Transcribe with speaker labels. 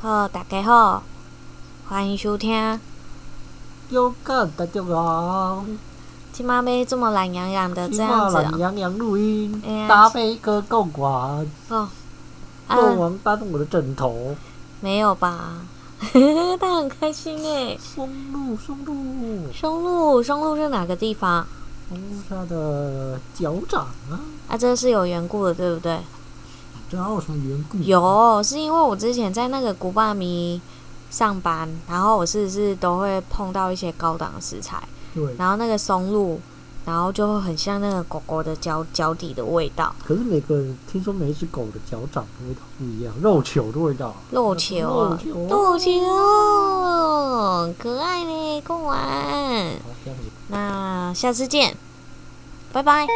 Speaker 1: 好，大家好，欢迎收听。
Speaker 2: 勇敢大家好，
Speaker 1: 即马要这么懒洋洋的这
Speaker 2: 今
Speaker 1: 样
Speaker 2: 晚
Speaker 1: 子
Speaker 2: 懒
Speaker 1: 哦、
Speaker 2: 洋洋录音
Speaker 1: 哎呀，
Speaker 2: 搭配一个贡丸，
Speaker 1: 哦，
Speaker 2: 贡
Speaker 1: 啊，
Speaker 2: 丸当我的枕头。
Speaker 1: 没有吧？ 他很开心哎。
Speaker 2: 松露，松露，
Speaker 1: 松露，松露是哪个地方？
Speaker 2: 松露它的脚掌啊，
Speaker 1: 啊，这是有缘故的，对不对？
Speaker 2: 这哪有什么缘故？
Speaker 1: 有，是因为我之前在那个古巴迷上班，然后我是是都会碰到一些高档的食材，
Speaker 2: 对，
Speaker 1: 然后那个松露，然后就会很像那个狗狗的脚脚底的味道，
Speaker 2: 可是每个听说每一只狗的脚掌的味道不一样，肉球的味道。
Speaker 1: 肉球
Speaker 2: 肉
Speaker 1: 啊，
Speaker 2: 球，
Speaker 1: 肉球，可爱呢，贡丸。
Speaker 2: 好，这样子
Speaker 1: 那下次见，拜拜。